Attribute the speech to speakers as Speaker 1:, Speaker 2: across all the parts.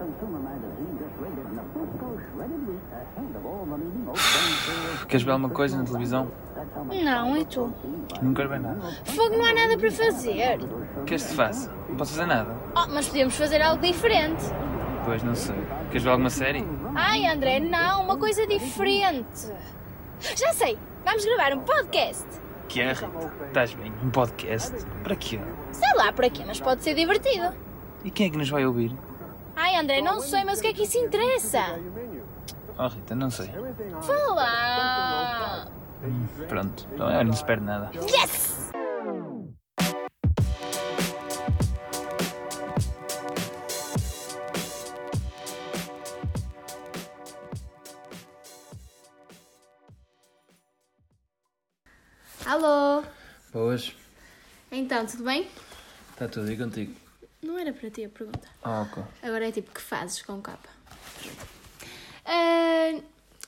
Speaker 1: consumer magazine just rated Nabisco shredded wheat ahead of all the leading oat
Speaker 2: Queres ver alguma coisa na televisão?
Speaker 3: Não, e tu?
Speaker 2: Não quero ver nada.
Speaker 3: Fogo, não há nada para fazer.
Speaker 2: Queres que te faça? Não posso fazer nada.
Speaker 3: Oh, mas podemos fazer algo diferente.
Speaker 2: Pois não sei. Queres ver alguma série?
Speaker 3: Ai, André, não, uma coisa diferente. Já sei, vamos gravar um podcast.
Speaker 2: Que é, Rita? Estás bem? Um podcast? Para quê?
Speaker 3: Sei lá para quê, mas pode ser divertido.
Speaker 2: E quem é que nos vai ouvir?
Speaker 3: Ai, André, não sei, mas o que é que isso interessa?
Speaker 2: Oh, Rita, não sei.
Speaker 3: Fala!
Speaker 2: Pronto. Então, olha, não se perde nada.
Speaker 3: Yes! Alô?
Speaker 2: Boas.
Speaker 3: Então, tudo bem?
Speaker 2: Está tudo aí contigo?
Speaker 3: Não era para ti a pergunta.
Speaker 2: Ah, ok.
Speaker 3: Agora é tipo, que fazes com capa? Ah,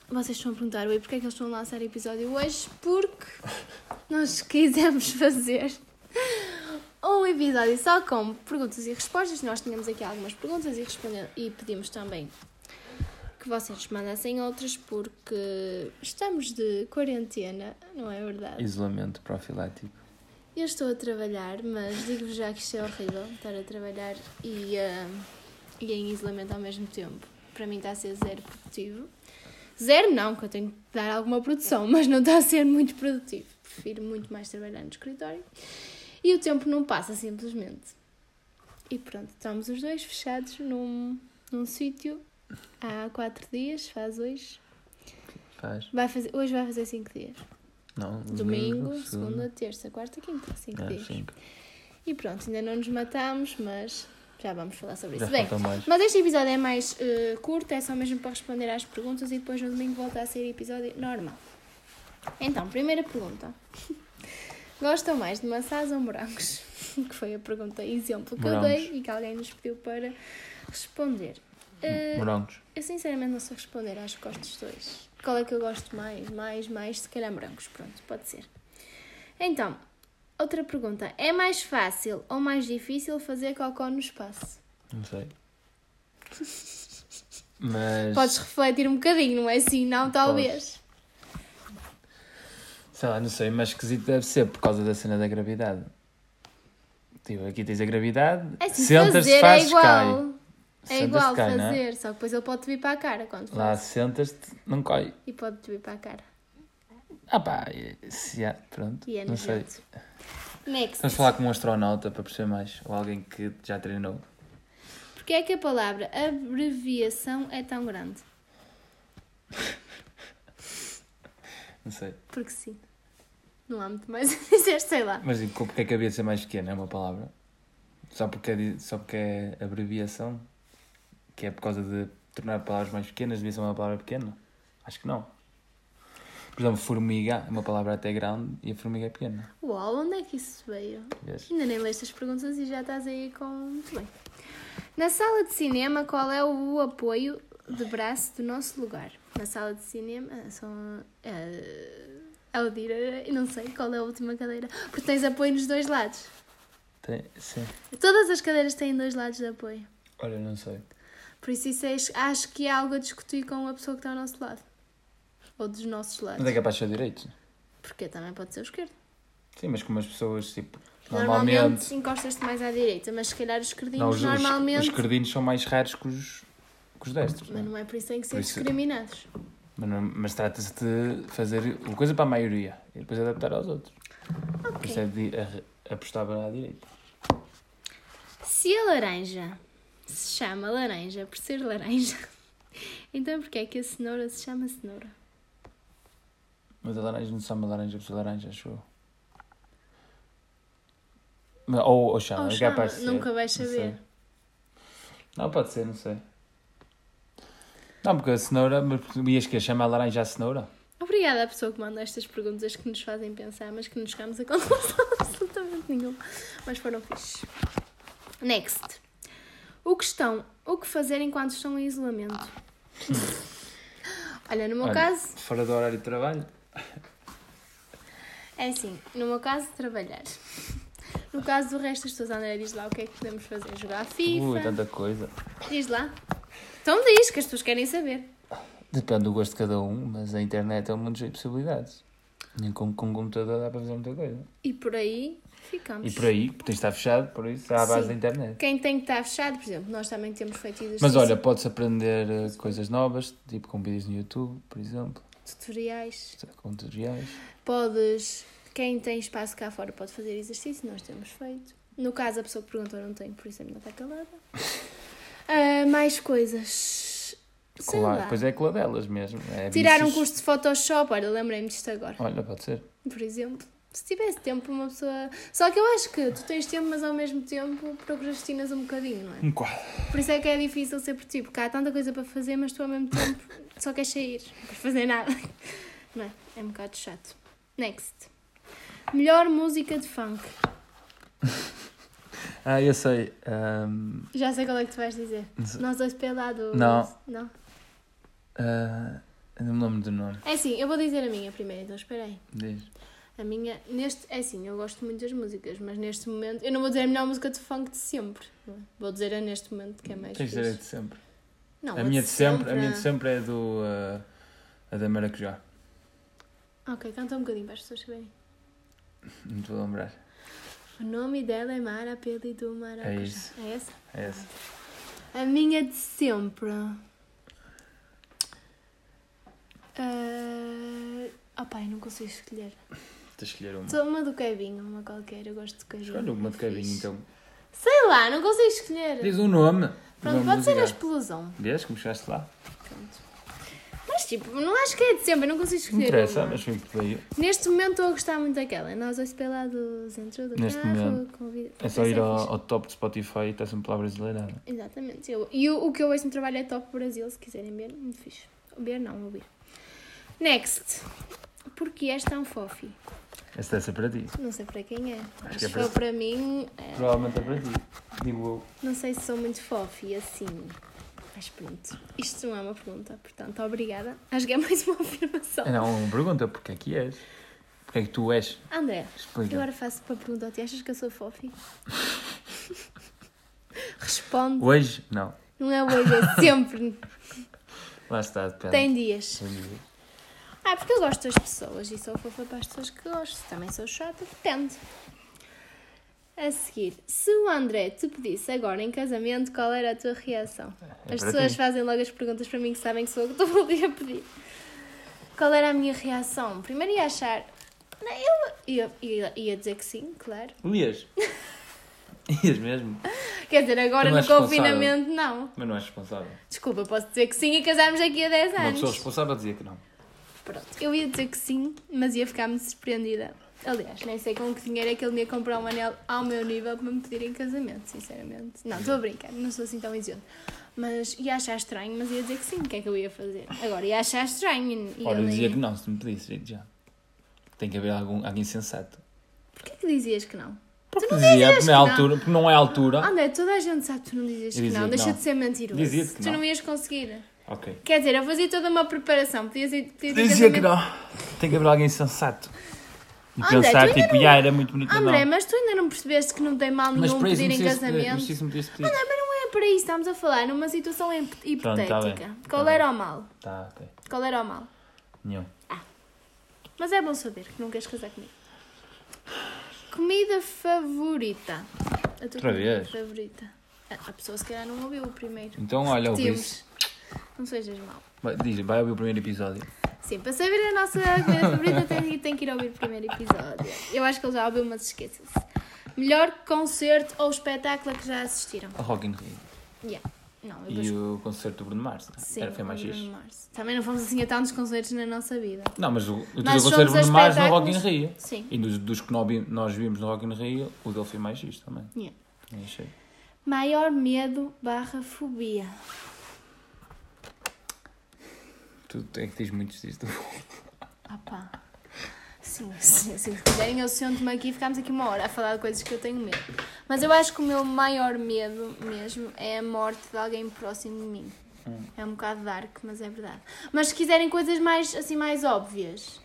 Speaker 3: vocês estão a perguntar, oi, porque é que eles estão a lançar episódio hoje? Porque nós quisemos fazer um episódio só com perguntas e respostas. Nós tínhamos aqui algumas perguntas e, responder, e pedimos também que vocês nos mandassem outras, porque estamos de quarentena, não é verdade?
Speaker 2: Isolamento profilático.
Speaker 3: Eu estou a trabalhar, mas digo-vos já que isto é horrível, estar a trabalhar e, ah, e em isolamento ao mesmo tempo. Para mim está a ser zero produtivo. Zero não, que eu tenho de dar alguma produção, mas não está a ser muito produtivo. Prefiro muito mais trabalhar no escritório. E o tempo não passa, simplesmente. E pronto, estamos os dois fechados num, num sítio há quatro dias, faz hoje.
Speaker 2: Faz?
Speaker 3: Vai fazer, hoje vai fazer cinco dias.
Speaker 2: Não. um
Speaker 3: Domingo, segunda, terça, quarta, quinta, cinco
Speaker 2: Ah,
Speaker 3: dias.
Speaker 2: cinco.
Speaker 3: E pronto, ainda não nos matámos, mas já vamos falar sobre
Speaker 2: Já
Speaker 3: isso. Bem,
Speaker 2: faltam mais.
Speaker 3: mas este episódio é mais eh, curto, é só mesmo para responder às perguntas e depois no domingo volta a ser episódio normal. Então, primeira pergunta. Gostam mais de maçãs ou morangos? que foi a pergunta exemplo que eu
Speaker 2: Morangos.
Speaker 3: dei e que alguém nos pediu para responder. Eh,
Speaker 2: Morangos.
Speaker 3: eu sinceramente não sei responder, acho que gosto dos dois. Qual é que eu gosto mais, mais, mais? Se calhar morangos, pronto, pode ser. Então, outra pergunta. É mais fácil ou mais difícil fazer cocó no espaço?
Speaker 2: Não sei. Mas.
Speaker 3: Podes refletir um bocadinho, não é assim? Não, talvez.
Speaker 2: Sei lá, não sei, mas esquisito deve ser por causa da cena da gravidade. Tipo, aqui tens a gravidade,
Speaker 3: É assim,
Speaker 2: sentas-te,
Speaker 3: fazer é
Speaker 2: fazes,
Speaker 3: igual.
Speaker 2: cai.
Speaker 3: É
Speaker 2: Sentas-te,
Speaker 3: igual
Speaker 2: cai, não é?
Speaker 3: fazer, só que depois ele pode-te vir para a cara quando
Speaker 2: Lá
Speaker 3: faz.
Speaker 2: sentas-te, não cai.
Speaker 3: E pode-te vir para a cara.
Speaker 2: Ah pá, é- se há, pronto,
Speaker 3: E é
Speaker 2: não sei.
Speaker 3: nojento. Next.
Speaker 2: Vamos falar com um astronauta para perceber mais, ou alguém que já treinou.
Speaker 3: Porquê é que a palavra abreviação é tão grande?
Speaker 2: Não sei.
Speaker 3: Porque sim. Não há muito mais a dizer, sei lá.
Speaker 2: Mas digo, porque é que havia de ser mais pequena? É uma palavra? Só porque é, di- só porque é abreviação? Que é por causa de tornar palavras mais pequenas, devia ser uma palavra pequena? Acho que não. Por exemplo, formiga é uma palavra até grande e a formiga é pequena.
Speaker 3: Uau, onde é que isso veio?
Speaker 2: Vês?
Speaker 3: Ainda nem leste as perguntas e já estás aí com. Muito bem. Na sala de cinema, qual é o apoio de braço do nosso lugar? Na sala de cinema, ah, são. eh, É o dir, eu não sei qual é a última cadeira, porque tens apoio nos dois lados.
Speaker 2: Tem- sim.
Speaker 3: Todas as cadeiras têm dois lados de apoio.
Speaker 2: Olha, não sei.
Speaker 3: Por isso, isso é, acho que é algo a discutir com a pessoa que está ao nosso lado. Ou dos nossos lados.
Speaker 2: Mas é capaz de ser direito.
Speaker 3: Porque também pode ser o esquerdo.
Speaker 2: Sim, mas como as pessoas, tipo,
Speaker 3: Normalmente,
Speaker 2: normalmente.
Speaker 3: encostas-te mais à direita, mas se calhar os esquerdinhos
Speaker 2: Não, os, os-
Speaker 3: normalmente.
Speaker 2: os cardinhos são mais raros que os, que os destros. não
Speaker 3: Mas
Speaker 2: é?
Speaker 3: não é por isso que têm que ser
Speaker 2: Por isso-
Speaker 3: discriminados.
Speaker 2: Mas, não- mas trata-se de fazer uma coisa para a maioria e depois adaptar aos outros. Por isso é de a- apostar para a direita.
Speaker 3: Se a laranja se chama laranja por ser laranja, então porquê é que a cenoura se chama cenoura?
Speaker 2: Mas a laranja não se chama laranja por ser laranja, acho eu. Mas- Ou, ou chama,
Speaker 3: Ou
Speaker 2: é
Speaker 3: chama,
Speaker 2: capaz de ser,
Speaker 3: nunca vais
Speaker 2: não
Speaker 3: saber.
Speaker 2: sei. Não, pode ser, não sei. Não, porque a cenoura, mas porque ias que chamar a laranja a cenoura?
Speaker 3: Obrigada à pessoa que manda estas perguntas que nos fazem pensar, mas que não chegamos a conclusão absolutamente nenhuma. Mas foram fixe. Next. O que estão, o que fazer enquanto estão em isolamento? Olha, no meu
Speaker 2: Olha,
Speaker 3: caso,
Speaker 2: Fora do horário de trabalho?
Speaker 3: É assim, no meu caso, trabalhar. No caso do resto das pessoas, André, diz lá o que é que podemos fazer. Jogar à FIFA,
Speaker 2: tá- Ui, tanta coisa.
Speaker 3: diz lá. Então diz, que as pessoas querem saber.
Speaker 2: Depende do gosto de cada um, mas a internet é um mundo cheio de possibilidades. Nem com, com um computador dá para fazer muita coisa.
Speaker 3: E por aí ficamos.
Speaker 2: E por aí, porque tens de estar fechado, por isso, à base
Speaker 3: Sim.
Speaker 2: da internet.
Speaker 3: Quem tem que estar fechado, por exemplo, nós também temos feito exercícios,
Speaker 2: Mas olha, podes aprender eh, coisas novas, tipo com vídeos no YouTube, por exemplo,
Speaker 3: tutoriais.
Speaker 2: com tutoriais.
Speaker 3: Podes. Quem tem espaço cá fora pode fazer exercício, nós temos feito. No caso, a pessoa que perguntou não tem, por isso a minha está calada. Ah, mais coisas. Sei
Speaker 2: Colar.
Speaker 3: lá.
Speaker 2: Pois é, coladelas mesmo. É
Speaker 3: Tirar um
Speaker 2: bichos.
Speaker 3: curso de Photoshop, olha, lembrei-me disto agora.
Speaker 2: Olha, pode ser.
Speaker 3: por exemplo. Se tivesse tempo, uma pessoa. Só que eu acho que tu tens tempo, mas ao mesmo tempo procrastinas um bocadinho, não é?
Speaker 2: Um quadro.
Speaker 3: Por isso é que é difícil ser por ti, porque há tanta coisa para fazer, mas tu ao mesmo tempo só queres sair, não queres fazer nada. Não é? É um bocado chato. Next. Melhor música de funk.
Speaker 2: Ah, eu sei. ahm,
Speaker 3: Já sei qual é que tu vais dizer.
Speaker 2: Não sei.
Speaker 3: Nós dois pelados.
Speaker 2: Não.
Speaker 3: Não.
Speaker 2: ah, não me lembro do nome.
Speaker 3: É assim, eu vou dizer a minha primeiro, então espera aí.
Speaker 2: Diz.
Speaker 3: A minha, neste, é assim, eu gosto muito das músicas, mas neste momento, eu não vou dizer a melhor música de funk de sempre, não é? vou dizer a neste momento que é mais
Speaker 2: Tens de dizer a
Speaker 3: fixe.
Speaker 2: de sempre.
Speaker 3: Não,
Speaker 2: a, minha de sempre, a minha de
Speaker 3: ah.
Speaker 2: sempre é do. ah, a da Maracujá.
Speaker 3: Ok, canta um bocadinho para as pessoas saberem.
Speaker 2: Não estou a lembrar.
Speaker 3: O nome dela é Mara, apelido Mara.
Speaker 2: É isso.
Speaker 3: É essa?
Speaker 2: É essa.
Speaker 3: A minha de sempre. Ah, opa, eu não consigo escolher.
Speaker 2: Tens de escolher uma.
Speaker 3: Só uma do Kevinho, uma qualquer, eu gosto de Kevinho.
Speaker 2: Escolhe uma
Speaker 3: é
Speaker 2: de Kevinho,
Speaker 3: fixe.
Speaker 2: então.
Speaker 3: Sei lá, não consigo escolher.
Speaker 2: Diz um nome.
Speaker 3: Pronto,
Speaker 2: Nome
Speaker 3: pode ser a
Speaker 2: musical.
Speaker 3: explosão.
Speaker 2: Vês como chegaste lá?
Speaker 3: Pronto. Mas tipo, não acho que é de sempre, eu não consigo
Speaker 2: Não
Speaker 3: escolher.
Speaker 2: interessa,
Speaker 3: uma.
Speaker 2: mas foi por aí.
Speaker 3: Neste momento estou a gostar muito daquela. Nós dois pelados dentro do
Speaker 2: Neste
Speaker 3: carro.
Speaker 2: momento.
Speaker 3: com o vídeo-
Speaker 2: É só
Speaker 3: Essa
Speaker 2: ir ao,
Speaker 3: fixe.
Speaker 2: ao top do Spotify e está sempre lá brasileira.
Speaker 3: Exatamente. Eu, e o, o que eu ouço no trabalho é top Brasil, se quiserem ver, muito fixe. Ver não, ouvir. Next. Porque és tão fofi?
Speaker 2: Essa deve ser para ti.
Speaker 3: Não sei para quem é.
Speaker 2: Acho
Speaker 3: Acho
Speaker 2: que é
Speaker 3: que
Speaker 2: para-
Speaker 3: foi para mim. é,
Speaker 2: Provavelmente é para ti. Digo
Speaker 3: Não sei se sou muito fofi assim. Mas pronto. Isto não é uma pergunta, portanto, obrigada. Acho que é mais uma afirmação.
Speaker 2: eu. Não, uma pergunta, porque é que és? Porque é que tu és?
Speaker 3: André,
Speaker 2: Explica.
Speaker 3: agora faço para perguntar: te achas que eu sou fofi? Responde.
Speaker 2: Hoje? Não.
Speaker 3: Não é hoje, é sempre.
Speaker 2: Lá está, depende.
Speaker 3: Tem dias.
Speaker 2: Tem-
Speaker 3: Ah, porque eu gosto das pessoas e sou fofa para as pessoas que gosto. Também sou chata, depende. A seguir, se o André te pedisse agora em casamento, qual era a tua reação?
Speaker 2: é
Speaker 3: as
Speaker 2: para
Speaker 3: pessoas
Speaker 2: ti.
Speaker 3: fazem logo as perguntas para mim que sabem que sou eu que estou ali a pedir. Qual era a minha reação? Primeiro ia achar. Não, eu ia, ia, ia dizer que sim, claro.
Speaker 2: Lias. Ias mesmo.
Speaker 3: Quer dizer, agora
Speaker 2: Não
Speaker 3: no
Speaker 2: és responsável.
Speaker 3: confinamento, não.
Speaker 2: Mas não és responsável.
Speaker 3: Desculpa, posso dizer que sim e casarmos daqui a 10
Speaker 2: Uma
Speaker 3: anos.
Speaker 2: pessoa responsável dizia que não.
Speaker 3: Pronto, eu ia dizer que sim, mas ia ficar muito surpreendida. Aliás, nem sei com que dinheiro é que ele me ia comprar um anel ao meu nível para me pedir em casamento, sinceramente. Não, estou a brincar, não sou assim tão idiota. Mas ia achar estranho, mas ia dizer que sim, o que é que eu ia fazer? Agora, ia achar estranho. E
Speaker 2: Ora, eu
Speaker 3: ele
Speaker 2: dizia
Speaker 3: ia...
Speaker 2: que não, se me pedisse, digo já. Tem que haver algum, alguém sensato.
Speaker 3: Porquê é que dizias que não?
Speaker 2: Porque
Speaker 3: não
Speaker 2: dizia,
Speaker 3: dizias
Speaker 2: porque não é
Speaker 3: que não.
Speaker 2: altura, porque não é altura.
Speaker 3: André, toda a gente sabe que tu não dizias
Speaker 2: Eu
Speaker 3: que
Speaker 2: dizia
Speaker 3: não,
Speaker 2: que
Speaker 3: deixa
Speaker 2: não.
Speaker 3: de ser mentiroso.
Speaker 2: Dizia-te que
Speaker 3: tu não.
Speaker 2: não.
Speaker 3: ias conseguir.
Speaker 2: Ok.
Speaker 3: Quer dizer, eu fazia toda uma preparação, podias ir. Podias ir em
Speaker 2: Dizia que
Speaker 3: casamento.
Speaker 2: não. Tem que haver alguém sensato. E
Speaker 3: André,
Speaker 2: pensar,
Speaker 3: tu ainda
Speaker 2: tipo,
Speaker 3: não-
Speaker 2: já era muito bonito, mas
Speaker 3: André,
Speaker 2: não.
Speaker 3: mas tu ainda não percebeste que não tem mal
Speaker 2: Mas
Speaker 3: nenhum
Speaker 2: para isso
Speaker 3: pedir
Speaker 2: me
Speaker 3: em
Speaker 2: pedisse- mas
Speaker 3: casamento?
Speaker 2: isso me pedisse pedir.
Speaker 3: Não, mas não é para isso, estamos a falar numa situação hip-
Speaker 2: Pronto,
Speaker 3: hipotética.
Speaker 2: tá bem,
Speaker 3: Qual
Speaker 2: tá bem.
Speaker 3: era o mal?
Speaker 2: Tá, ok.
Speaker 3: Qual era o mal?
Speaker 2: Nenhum.
Speaker 3: Mas é bom saber que não queres casar comigo. Comida favorita. A tua
Speaker 2: Outra
Speaker 3: comida
Speaker 2: vez?
Speaker 3: favorita. Ah, A pessoa se calhar não ouviu o primeiro.
Speaker 2: Então, olha, ouve isso.
Speaker 3: Temos. Não sejas mal.
Speaker 2: Vai, diz, vai ouvir o primeiro episódio.
Speaker 3: Sim, para saber a nossa comida favorita tem, tem que ir ouvir o primeiro episódio. Eu acho que ele já ouviu, mas esquece-se. Melhor concerto ou espetáculo a que já assistiram?
Speaker 2: A Rock in Rio.
Speaker 3: Yeah. Não, eu
Speaker 2: E
Speaker 3: gosto
Speaker 2: o concerto do Bruno Mars. não é?
Speaker 3: Sim,
Speaker 2: era, foi mais
Speaker 3: o Bruno
Speaker 2: fixe.
Speaker 3: Mars. Também não fomos assim a tantos concertos na nossa vida.
Speaker 2: Não, mas o, o teu
Speaker 3: Mas
Speaker 2: concerto
Speaker 3: fomos
Speaker 2: do
Speaker 3: a
Speaker 2: Bruno Mars no Rock in
Speaker 3: espetáculos.
Speaker 2: Rio.
Speaker 3: Sim.
Speaker 2: E dos, dos que nó- nós vimos no Rock in Rio, o dele foi mais fixe também.
Speaker 3: Yeah.
Speaker 2: Eu achei.
Speaker 3: Maior medo barra fobia.
Speaker 2: Tu é que tens muitos disto.
Speaker 3: Opa. Ah, Sim, sim, sim, se quiserem eu sento-me aqui e ficamos aqui uma hora a falar de coisas que eu tenho medo. Mas eu acho que o meu maior medo mesmo é a morte de alguém próximo de mim.
Speaker 2: Hum.
Speaker 3: É um bocado dark, mas é verdade. Mas se quiserem coisas mais, assim, mais óbvias,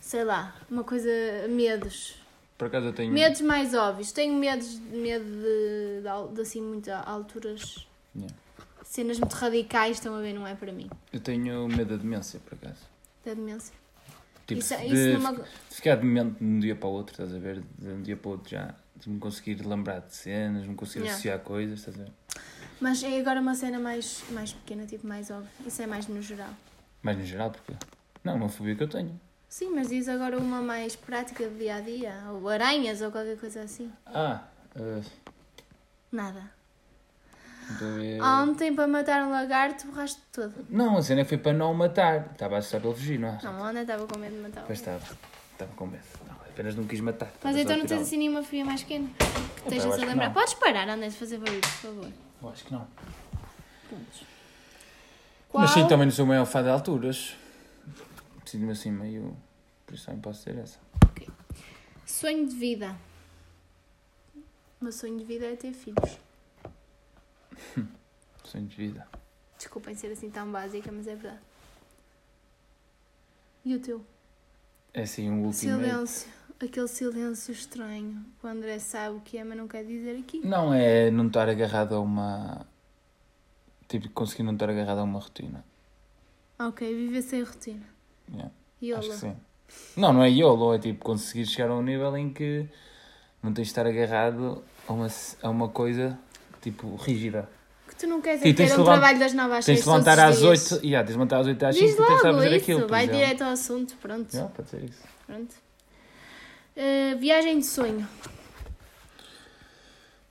Speaker 3: sei lá, uma coisa, medos.
Speaker 2: Por acaso eu tenho.
Speaker 3: Medos mais óbvios. Tenho medos, medo de, de, al- de assim, muito a- alturas.
Speaker 2: Yeah.
Speaker 3: cenas muito radicais, estão a ver, não é para mim.
Speaker 2: Eu tenho medo da demência, por acaso.
Speaker 3: Da demência.
Speaker 2: Tipo,
Speaker 3: Isso-
Speaker 2: de,
Speaker 3: isso numa-
Speaker 2: de ficar demente de um dia para o outro, estás a ver? De um dia para o outro já. De me conseguir lembrar de cenas, de me conseguir
Speaker 3: Yeah.
Speaker 2: associar coisas, estás a ver?
Speaker 3: Mas é agora uma cena mais, mais pequena, tipo mais óbvia. Isso é mais no geral.
Speaker 2: Mas no geral, porque. Não, é uma fobia que eu tenho.
Speaker 3: Sim, mas diz agora uma mais prática do dia a dia, ou aranhas ou qualquer coisa assim.
Speaker 2: Ah, ah,
Speaker 3: Nada.
Speaker 2: então é-
Speaker 3: Ontem para matar um lagarto borraste todo.
Speaker 2: Não, a cena foi para não o matar. Estava a assustar pelo fugir, não é?
Speaker 3: Não, ontem estava com medo de matar. um
Speaker 2: Pois estava. Estava com medo. Não, apenas não quis matar. Estava
Speaker 3: Mas
Speaker 2: só
Speaker 3: então
Speaker 2: a
Speaker 3: não tens
Speaker 2: tirá-lo.
Speaker 3: assim nenhuma fria mais pequena? Que
Speaker 2: eu
Speaker 3: estejas
Speaker 2: acho
Speaker 3: a
Speaker 2: que
Speaker 3: lembrar.
Speaker 2: não.
Speaker 3: Podes parar, André, de fazer barulho, por favor.
Speaker 2: Eu acho que não.
Speaker 3: Qual?
Speaker 2: Mas sim, também não sou o maior fã de alturas. Sinto-me assim meio. Por isso também posso ter essa.
Speaker 3: Sonho de vida. O meu sonho de vida é ter filhos.
Speaker 2: Sonho de vida.
Speaker 3: Desculpem ser assim tão básica, mas é verdade. E o teu?
Speaker 2: É assim um último.
Speaker 3: Silêncio. Aquele silêncio estranho. O André sabe o que é, mas não quer dizer aqui.
Speaker 2: Não é não estar agarrado a uma. Tipo, conseguir não estar agarrado a uma rotina.
Speaker 3: Ok, viver sem rotina.
Speaker 2: Yeah,
Speaker 3: E
Speaker 2: Acho que
Speaker 3: olá.
Speaker 2: sim. Não, não é YOLO, é tipo conseguir chegar a um nível em que não tens de estar agarrado a uma, c- a uma coisa tipo rígida.
Speaker 3: Que tu não queres é
Speaker 2: Sim,
Speaker 3: ter
Speaker 2: tens de
Speaker 3: um
Speaker 2: levan-
Speaker 3: trabalho das nove
Speaker 2: Tens
Speaker 3: às seis
Speaker 2: de levantar às
Speaker 3: todos os
Speaker 2: 8,
Speaker 3: dias.
Speaker 2: yeah, tens de levantar às 8 às 5
Speaker 3: Diz
Speaker 2: e tens de estar a
Speaker 3: logo
Speaker 2: fazer
Speaker 3: isso,
Speaker 2: aquilo. por
Speaker 3: vai
Speaker 2: exemplo.
Speaker 3: direto ao assunto, pronto.
Speaker 2: Yeah, pode ser isso.
Speaker 3: pronto. Uh, viagem de sonho.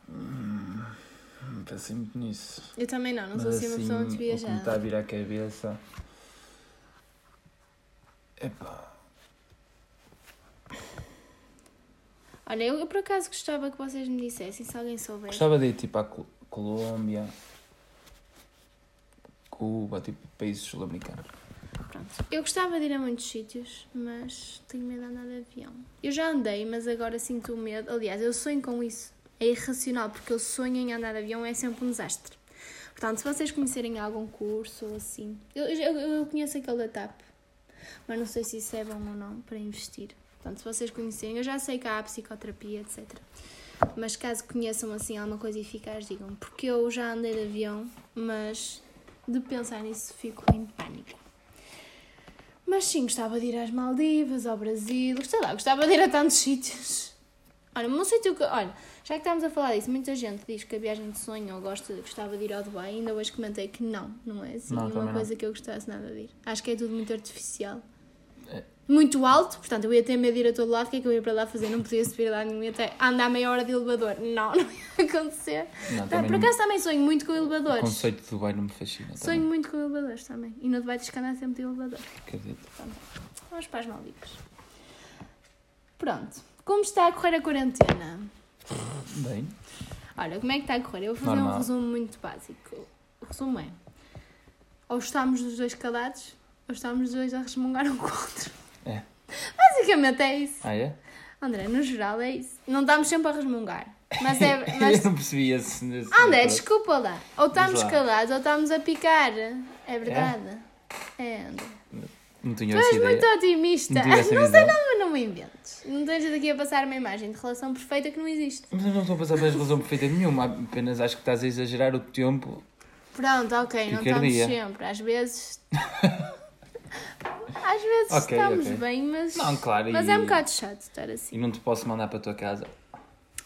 Speaker 2: Não Hum, pensei muito nisso.
Speaker 3: Eu também não,
Speaker 2: Ah,
Speaker 3: não sou assim uma pessoa muito
Speaker 2: o que me está a
Speaker 3: viajada.
Speaker 2: vir à cabeça. Epá.
Speaker 3: Olha, eu, eu por acaso gostava que vocês me dissessem, se alguém souber.
Speaker 2: Gostava de ir tipo à Col- Colômbia, Cuba, tipo países sul-americanos.
Speaker 3: Pronto. Eu gostava de ir a muitos sítios, mas tenho medo de andar de avião. Eu já andei, mas agora sinto medo. Aliás, eu sonho com isso. É irracional, porque eu sonho em andar de avião é sempre um desastre. Portanto, se vocês conhecerem algum curso ou assim. Eu, eu, eu conheço aquele da TAP, mas não sei se isso é bom ou não para investir. Portanto, se vocês conhecerem, eu já sei que há psicoterapia, etc. Mas caso conheçam assim alguma coisa eficaz, digam. Porque eu já andei de avião, mas de pensar nisso fico em pânico. Mas sim, gostava de ir às Maldivas, ao Brasil, sei lá, gostava de ir a tantos sítios. Olha, um sítio que. Olha, já que estamos a falar disso, muita gente diz que a viagem de sonho ou gosta, gostava de ir ao Dubai, ainda hoje comentei que não, não é assim
Speaker 2: Não, também
Speaker 3: uma
Speaker 2: não.
Speaker 3: coisa que eu gostasse nada de ir. Acho que é tudo muito artificial.
Speaker 2: É.
Speaker 3: Muito alto, portanto eu ia ter medo de ir a todo lado, o que é que eu ia para lá fazer? Não podia subir lá nenhum, ia até andar meia hora de elevador. Não, não ia acontecer.
Speaker 2: Não,
Speaker 3: Tá,
Speaker 2: também
Speaker 3: por
Speaker 2: não-
Speaker 3: acaso também sonho muito com
Speaker 2: O
Speaker 3: elevadores.
Speaker 2: conceito de Dubai não me fascina. tá
Speaker 3: Sonho muito com elevadores também. E não vai descanar sempre de elevador.
Speaker 2: Também, acredito.
Speaker 3: Vamos para as Maldivas. Pronto. Como está a correr a quarentena?
Speaker 2: Bem,
Speaker 3: Olha, como é que está a correr? Eu vou fazer um
Speaker 2: Normal.
Speaker 3: resumo muito básico. O resumo é: ou estamos os dois calados, ou estamos os dois a resmungar um com o outro.
Speaker 2: É.
Speaker 3: Basicamente é isso.
Speaker 2: ah é?
Speaker 3: André, no geral é isso. Não estamos sempre a resmungar. Mas é.
Speaker 2: Eu
Speaker 3: Mas...
Speaker 2: não percebi esse. esse
Speaker 3: Ah, André,
Speaker 2: esse-
Speaker 3: desculpa lá. Ou estamos
Speaker 2: Diz É. lá.
Speaker 3: calados ou estamos a picar. É verdade. É, André.
Speaker 2: Não tinha
Speaker 3: Tu és
Speaker 2: essa ideia.
Speaker 3: muito otimista.
Speaker 2: Não
Speaker 3: Não,
Speaker 2: tive essa
Speaker 3: sei,
Speaker 2: visão.
Speaker 3: não, não me inventes. Não tens aqui a passar uma imagem de relação perfeita que não existe.
Speaker 2: Mas eu não estou a passar pelas razão perfeita nenhuma, apenas acho que estás a exagerar o tempo.
Speaker 3: Pronto, ok, não estamos
Speaker 2: Picardia.
Speaker 3: sempre. Às vezes. Às vezes
Speaker 2: Ok,
Speaker 3: estamos
Speaker 2: ok.
Speaker 3: bem, mas.
Speaker 2: Não, claro,
Speaker 3: Mas
Speaker 2: e-
Speaker 3: é um bocado chato estar
Speaker 2: E
Speaker 3: assim.
Speaker 2: não te posso mandar para a tua casa.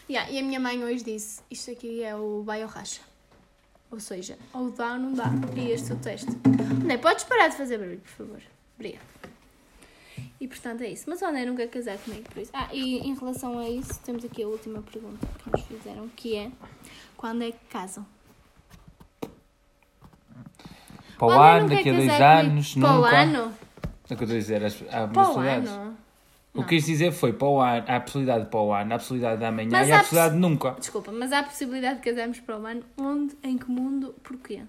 Speaker 3: Yeah, e a minha mãe hoje disse: Isto aqui é o vai ou racha. Ou seja, ou dá ou não dá. E este é o texto. André, podes parar de fazer barulho, por favor. Obrigada. E portanto é isso. Mas o André nunca quer casar comigo, por isso. Ah, e em relação a isso, temos aqui a última pergunta que nos fizeram: que é quando é que casam?
Speaker 2: Para o
Speaker 3: Quando é
Speaker 2: ano, daqui
Speaker 3: que nunca
Speaker 2: a
Speaker 3: quer
Speaker 2: dois
Speaker 3: casar comigo?
Speaker 2: anos,
Speaker 3: Para o
Speaker 2: nunca.
Speaker 3: ano?
Speaker 2: É o que eu estou a dizer, as- há
Speaker 3: Para
Speaker 2: muitas
Speaker 3: o
Speaker 2: possibilidades.
Speaker 3: ano?
Speaker 2: O que quis dizer foi para o ano, há a possibilidade de para o ano, há a possibilidade de amanhã
Speaker 3: Mas
Speaker 2: e há a
Speaker 3: há
Speaker 2: possibilidade de nunca.
Speaker 3: Desculpa, mas há a possibilidade de casarmos para o ano? Onde? Em que mundo? Porquê?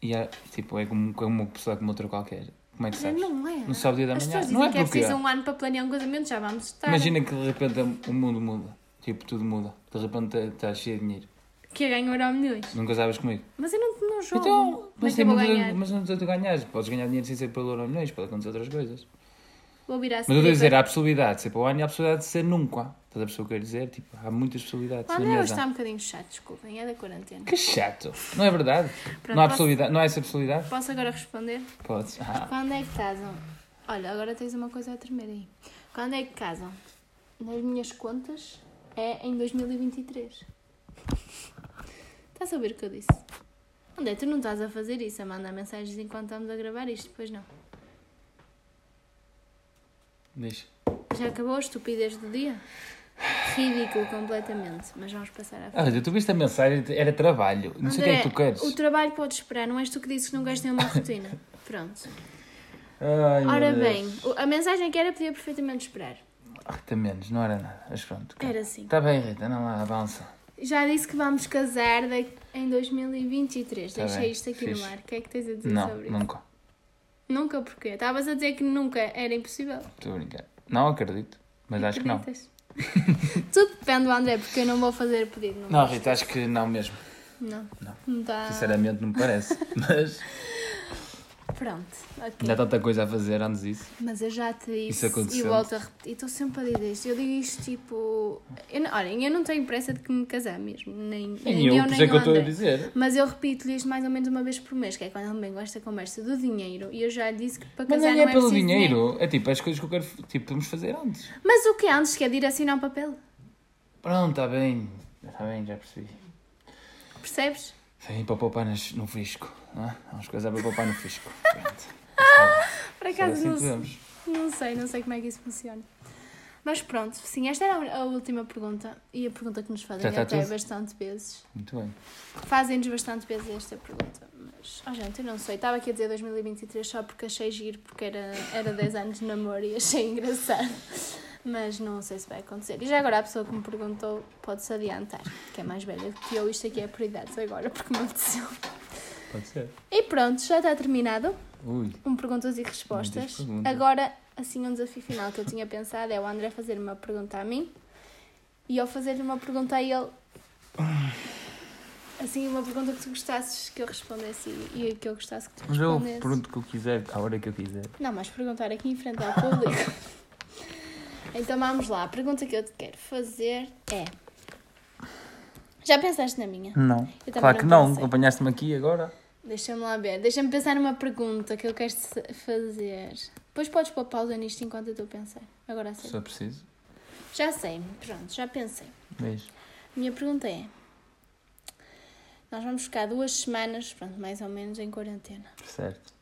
Speaker 2: E há, tipo, é como, como uma pessoa como outra qualquer. Como é que
Speaker 3: Já
Speaker 2: sabes?
Speaker 3: não é.
Speaker 2: Não sabe o dia da
Speaker 3: As
Speaker 2: manhã.
Speaker 3: pessoas dizem
Speaker 2: Não é
Speaker 3: que é
Speaker 2: porque-
Speaker 3: preciso um ano para planear um casamento, já vamos estar.
Speaker 2: Imagina que de repente o mundo muda. Tipo, tudo muda. De repente estás cheio de dinheiro.
Speaker 3: Que eu ganho euro milhões.
Speaker 2: Nunca sabes comigo.
Speaker 3: Mas eu não, não jogo.
Speaker 2: Então,
Speaker 3: mas
Speaker 2: mas,
Speaker 3: que eu
Speaker 2: tem
Speaker 3: vou
Speaker 2: muita-
Speaker 3: ganhar.
Speaker 2: mas não tu ganhas. Podes ganhar dinheiro sem ser pelo euro milhões, pode acontecer outras coisas.
Speaker 3: Vou virar
Speaker 2: Mas eu estou a dizer, há a possibilidade de ser para o ano e há a possibilidade de ser nunca. Estás Estás a perceber o que eu quero dizer? Tipo, há muitas possibilidades.
Speaker 3: Quando
Speaker 2: na
Speaker 3: é
Speaker 2: minha
Speaker 3: hoje está
Speaker 2: idade.
Speaker 3: um bocadinho chato, desculpem, é da quarentena.
Speaker 2: Que chato! Não é verdade? não, há
Speaker 3: posso-
Speaker 2: possibilidade. não há essa possibilidade?
Speaker 3: Posso agora responder?
Speaker 2: Podes. Ah,
Speaker 3: Quando é que casam? Olha, agora tens uma coisa a tremer aí. Quando é que casam? Nas minhas contas é em 2023. Estás a ouvir o que eu disse? Onde é? Tu não estás a fazer isso, a mandar mensagens enquanto estamos a gravar isto, pois não?
Speaker 2: deixa.
Speaker 3: Já acabou a estupidez do dia? Ridículo completamente, mas vamos passar à frente.
Speaker 2: Ah, mas tu viste a mensagem, era trabalho. Não sei o que é que tu queres.
Speaker 3: o trabalho pode esperar, não és tu que dizes que não gostas de uma rotina. Pronto.
Speaker 2: Ai, meu
Speaker 3: Ora
Speaker 2: Deus.
Speaker 3: bem, o- a mensagem que era podia perfeitamente esperar.
Speaker 2: Rita Menos, não era nada. Mas pronto.
Speaker 3: Era assim.
Speaker 2: Está bem, Rita, não lá, avança.
Speaker 3: Já disse que vamos casar da- em 2023.
Speaker 2: Tá
Speaker 3: Deixei
Speaker 2: bem,
Speaker 3: isto aqui
Speaker 2: fixe.
Speaker 3: no ar. O que é que tens a dizer
Speaker 2: Não,
Speaker 3: sobre isso?
Speaker 2: nunca.
Speaker 3: Nunca porquê? Estavas a dizer que nunca era impossível.
Speaker 2: Estou a brincar. Não acredito, mas acho que não.
Speaker 3: Acreditas? Tudo depende do André, porque eu não vou fazer pedido. Não.
Speaker 2: Não, Rita, acho que não mesmo.
Speaker 3: Não.
Speaker 2: Não.
Speaker 3: Não está.
Speaker 2: Sinceramente, não me parece. Mas
Speaker 3: Pronto. ok.
Speaker 2: ainda há tanta coisa a fazer antes disso.
Speaker 3: Mas eu já te
Speaker 2: Isso
Speaker 3: disse e
Speaker 2: aconteceu.
Speaker 3: volto a repetir. Estou sempre a dizer isto. Eu digo isto tipo. Eu, não- olhem, eu não tenho pressa de que me casar mesmo. Nem, nem
Speaker 2: eu,
Speaker 3: eu,
Speaker 2: por
Speaker 3: um nem
Speaker 2: isso é que
Speaker 3: o
Speaker 2: eu estou a
Speaker 3: André.
Speaker 2: dizer.
Speaker 3: Mas eu repito-lhe isto mais ou menos uma vez por mês, que é quando ele vem com esta conversa do dinheiro. E eu já lhe disse que para
Speaker 2: Mas
Speaker 3: casar
Speaker 2: não
Speaker 3: não
Speaker 2: é pelo
Speaker 3: preciso
Speaker 2: dinheiro. É tipo as coisas que eu quero. Tipo, podemos fazer antes.
Speaker 3: Mas o que é antes que é de ir assinar um papel?
Speaker 2: Pronto, está bem. Está bem, já percebi.
Speaker 3: Percebes?
Speaker 2: Sim, para poupar nas- no fisco. Não é? Há umas coisas para poupar no fisco. Pronto.
Speaker 3: Por
Speaker 2: Agora
Speaker 3: acaso
Speaker 2: sim
Speaker 3: não, sei-
Speaker 2: podemos.
Speaker 3: não sei, não sei como é que isso funciona. Mas pronto, sim, esta era a última pergunta. E a pergunta que nos fazem
Speaker 2: Já está
Speaker 3: até
Speaker 2: tudo?
Speaker 3: bastante vezes.
Speaker 2: Muito bem.
Speaker 3: Fazem-nos bastante vezes esta pergunta. Mas, oh gente, eu não sei. Estava aqui a dizer 2023 só porque achei giro, porque era, era 10 anos de namoro e achei engraçado. Mas não sei se vai acontecer. E já agora a pessoa que me perguntou pode-se adiantar, que é mais velha do que eu. Isto aqui é por idades agora, porque me aconteceu.
Speaker 2: Pode ser.
Speaker 3: E pronto, já está terminado.
Speaker 2: Ui.
Speaker 3: Um perguntas e respostas.
Speaker 2: Muitas perguntas.
Speaker 3: Agora, assim, um desafio final que eu tinha pensado é o André fazer uma pergunta a mim e eu fazer uma pergunta a ele. Assim, uma pergunta que tu gostasses que eu respondesse e e que eu gostasse que tu
Speaker 2: Mas eu
Speaker 3: respondesse.
Speaker 2: pergunto o que eu quiser, à hora que eu quiser.
Speaker 3: Não, mas perguntar aqui em frente ao público. então vamos lá, a pergunta que eu te quero fazer é. Já pensaste na minha?
Speaker 2: Não.
Speaker 3: Eu também
Speaker 2: Claro que não,
Speaker 3: pensei.
Speaker 2: acompanhaste-me aqui agora.
Speaker 3: Deixa-me lá ver. Deixa-me pensar numa pergunta que eu quero se- fazer. Depois podes pôr pausa nisto enquanto eu estou a pensar. Agora sim.
Speaker 2: Se eu preciso.
Speaker 3: Já sei. Pronto, já pensei.
Speaker 2: Beijo.
Speaker 3: Minha pergunta é... Nós vamos ficar duas semanas, pronto, mais ou menos, em quarentena.
Speaker 2: Certo.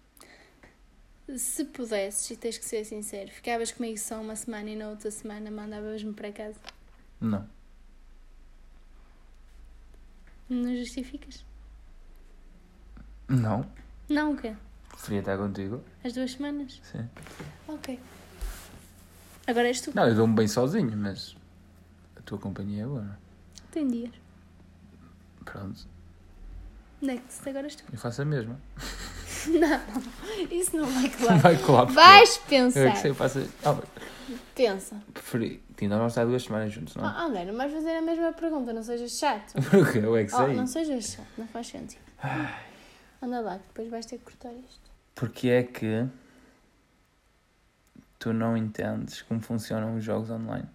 Speaker 3: Se pudesses, e tens que ser sincero, ficavas comigo só uma semana e na outra semana mandavas-me para casa.
Speaker 2: Não.
Speaker 3: Não justificas?
Speaker 2: Não.
Speaker 3: Não, o quê?
Speaker 2: Preferia estar contigo.
Speaker 3: As duas semanas?
Speaker 2: Sim.
Speaker 3: Ok. Agora és tu.
Speaker 2: Não, eu dou-me bem sozinho, mas a tua companhia é boa. não é?
Speaker 3: Tem dias.
Speaker 2: Pronto.
Speaker 3: Next, agora és tu.
Speaker 2: Eu faço a mesma.
Speaker 3: Não, isso não vai
Speaker 2: Não
Speaker 3: claro.
Speaker 2: vai colar. porque
Speaker 3: Vais
Speaker 2: Eu é que
Speaker 3: pensar.
Speaker 2: sei, eu faço. Ah, bem,
Speaker 3: Pensa.
Speaker 2: preferi. Ainda não vamos estar duas semanas juntos, não é?
Speaker 3: Ah, André, não vais fazer a mesma pergunta, não sejas chato.
Speaker 2: Porque eu é que
Speaker 3: Oh,
Speaker 2: sei.
Speaker 3: não sejas chato, não faz sentido. Anda lá, que depois vais ter que cortar isto.
Speaker 2: Porque é que tu não entendes como funcionam os jogos online?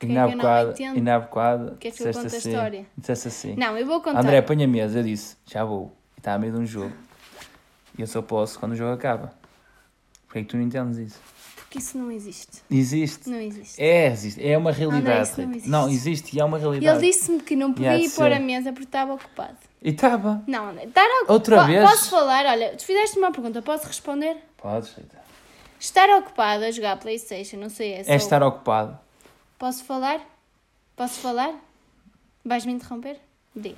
Speaker 3: é
Speaker 2: E
Speaker 3: que eu
Speaker 2: na
Speaker 3: não
Speaker 2: bocado,
Speaker 3: entendo?
Speaker 2: e na bocado,
Speaker 3: Queres que eu conte a
Speaker 2: assim,
Speaker 3: história?
Speaker 2: disseste assim,
Speaker 3: Não, eu vou contar.
Speaker 2: André, põe a mesa, eu disse, já vou, e está a meio de um jogo, e eu só posso quando o jogo acaba. Porquê é que tu não entendes isso?
Speaker 3: Porque isso não existe.
Speaker 2: Existe.
Speaker 3: Não existe.
Speaker 2: É, existe. É uma realidade.
Speaker 3: isso não
Speaker 2: Rita.
Speaker 3: existe.
Speaker 2: não existe e é uma realidade.
Speaker 3: Ele disse-me que não podia
Speaker 2: Yeah,
Speaker 3: ir
Speaker 2: de
Speaker 3: pôr
Speaker 2: ser.
Speaker 3: a mesa porque estava ocupado.
Speaker 2: E tá estava.
Speaker 3: Não, André, estar ocupado.
Speaker 2: Outra vez?
Speaker 3: Posso falar? Olha, tu fizeste uma pergunta, posso responder?
Speaker 2: Podes, Rita.
Speaker 3: Estar ocupado a jogar Playstation, não sei, é só...
Speaker 2: É estar ocupado.
Speaker 3: Posso falar? Posso falar? Vais-me interromper? Diga.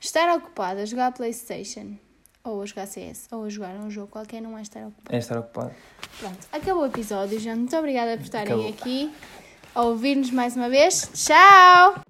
Speaker 3: Estar ocupado a jogar Playstation, ou a jogar CS, ou a jogar um jogo qualquer, não é estar ocupado.
Speaker 2: É estar ocupado.
Speaker 3: Pronto, acabou o episódio, gente. Muito obrigada por estarem
Speaker 2: Acabou.
Speaker 3: aqui, a ouvir-nos mais uma vez. Tchau!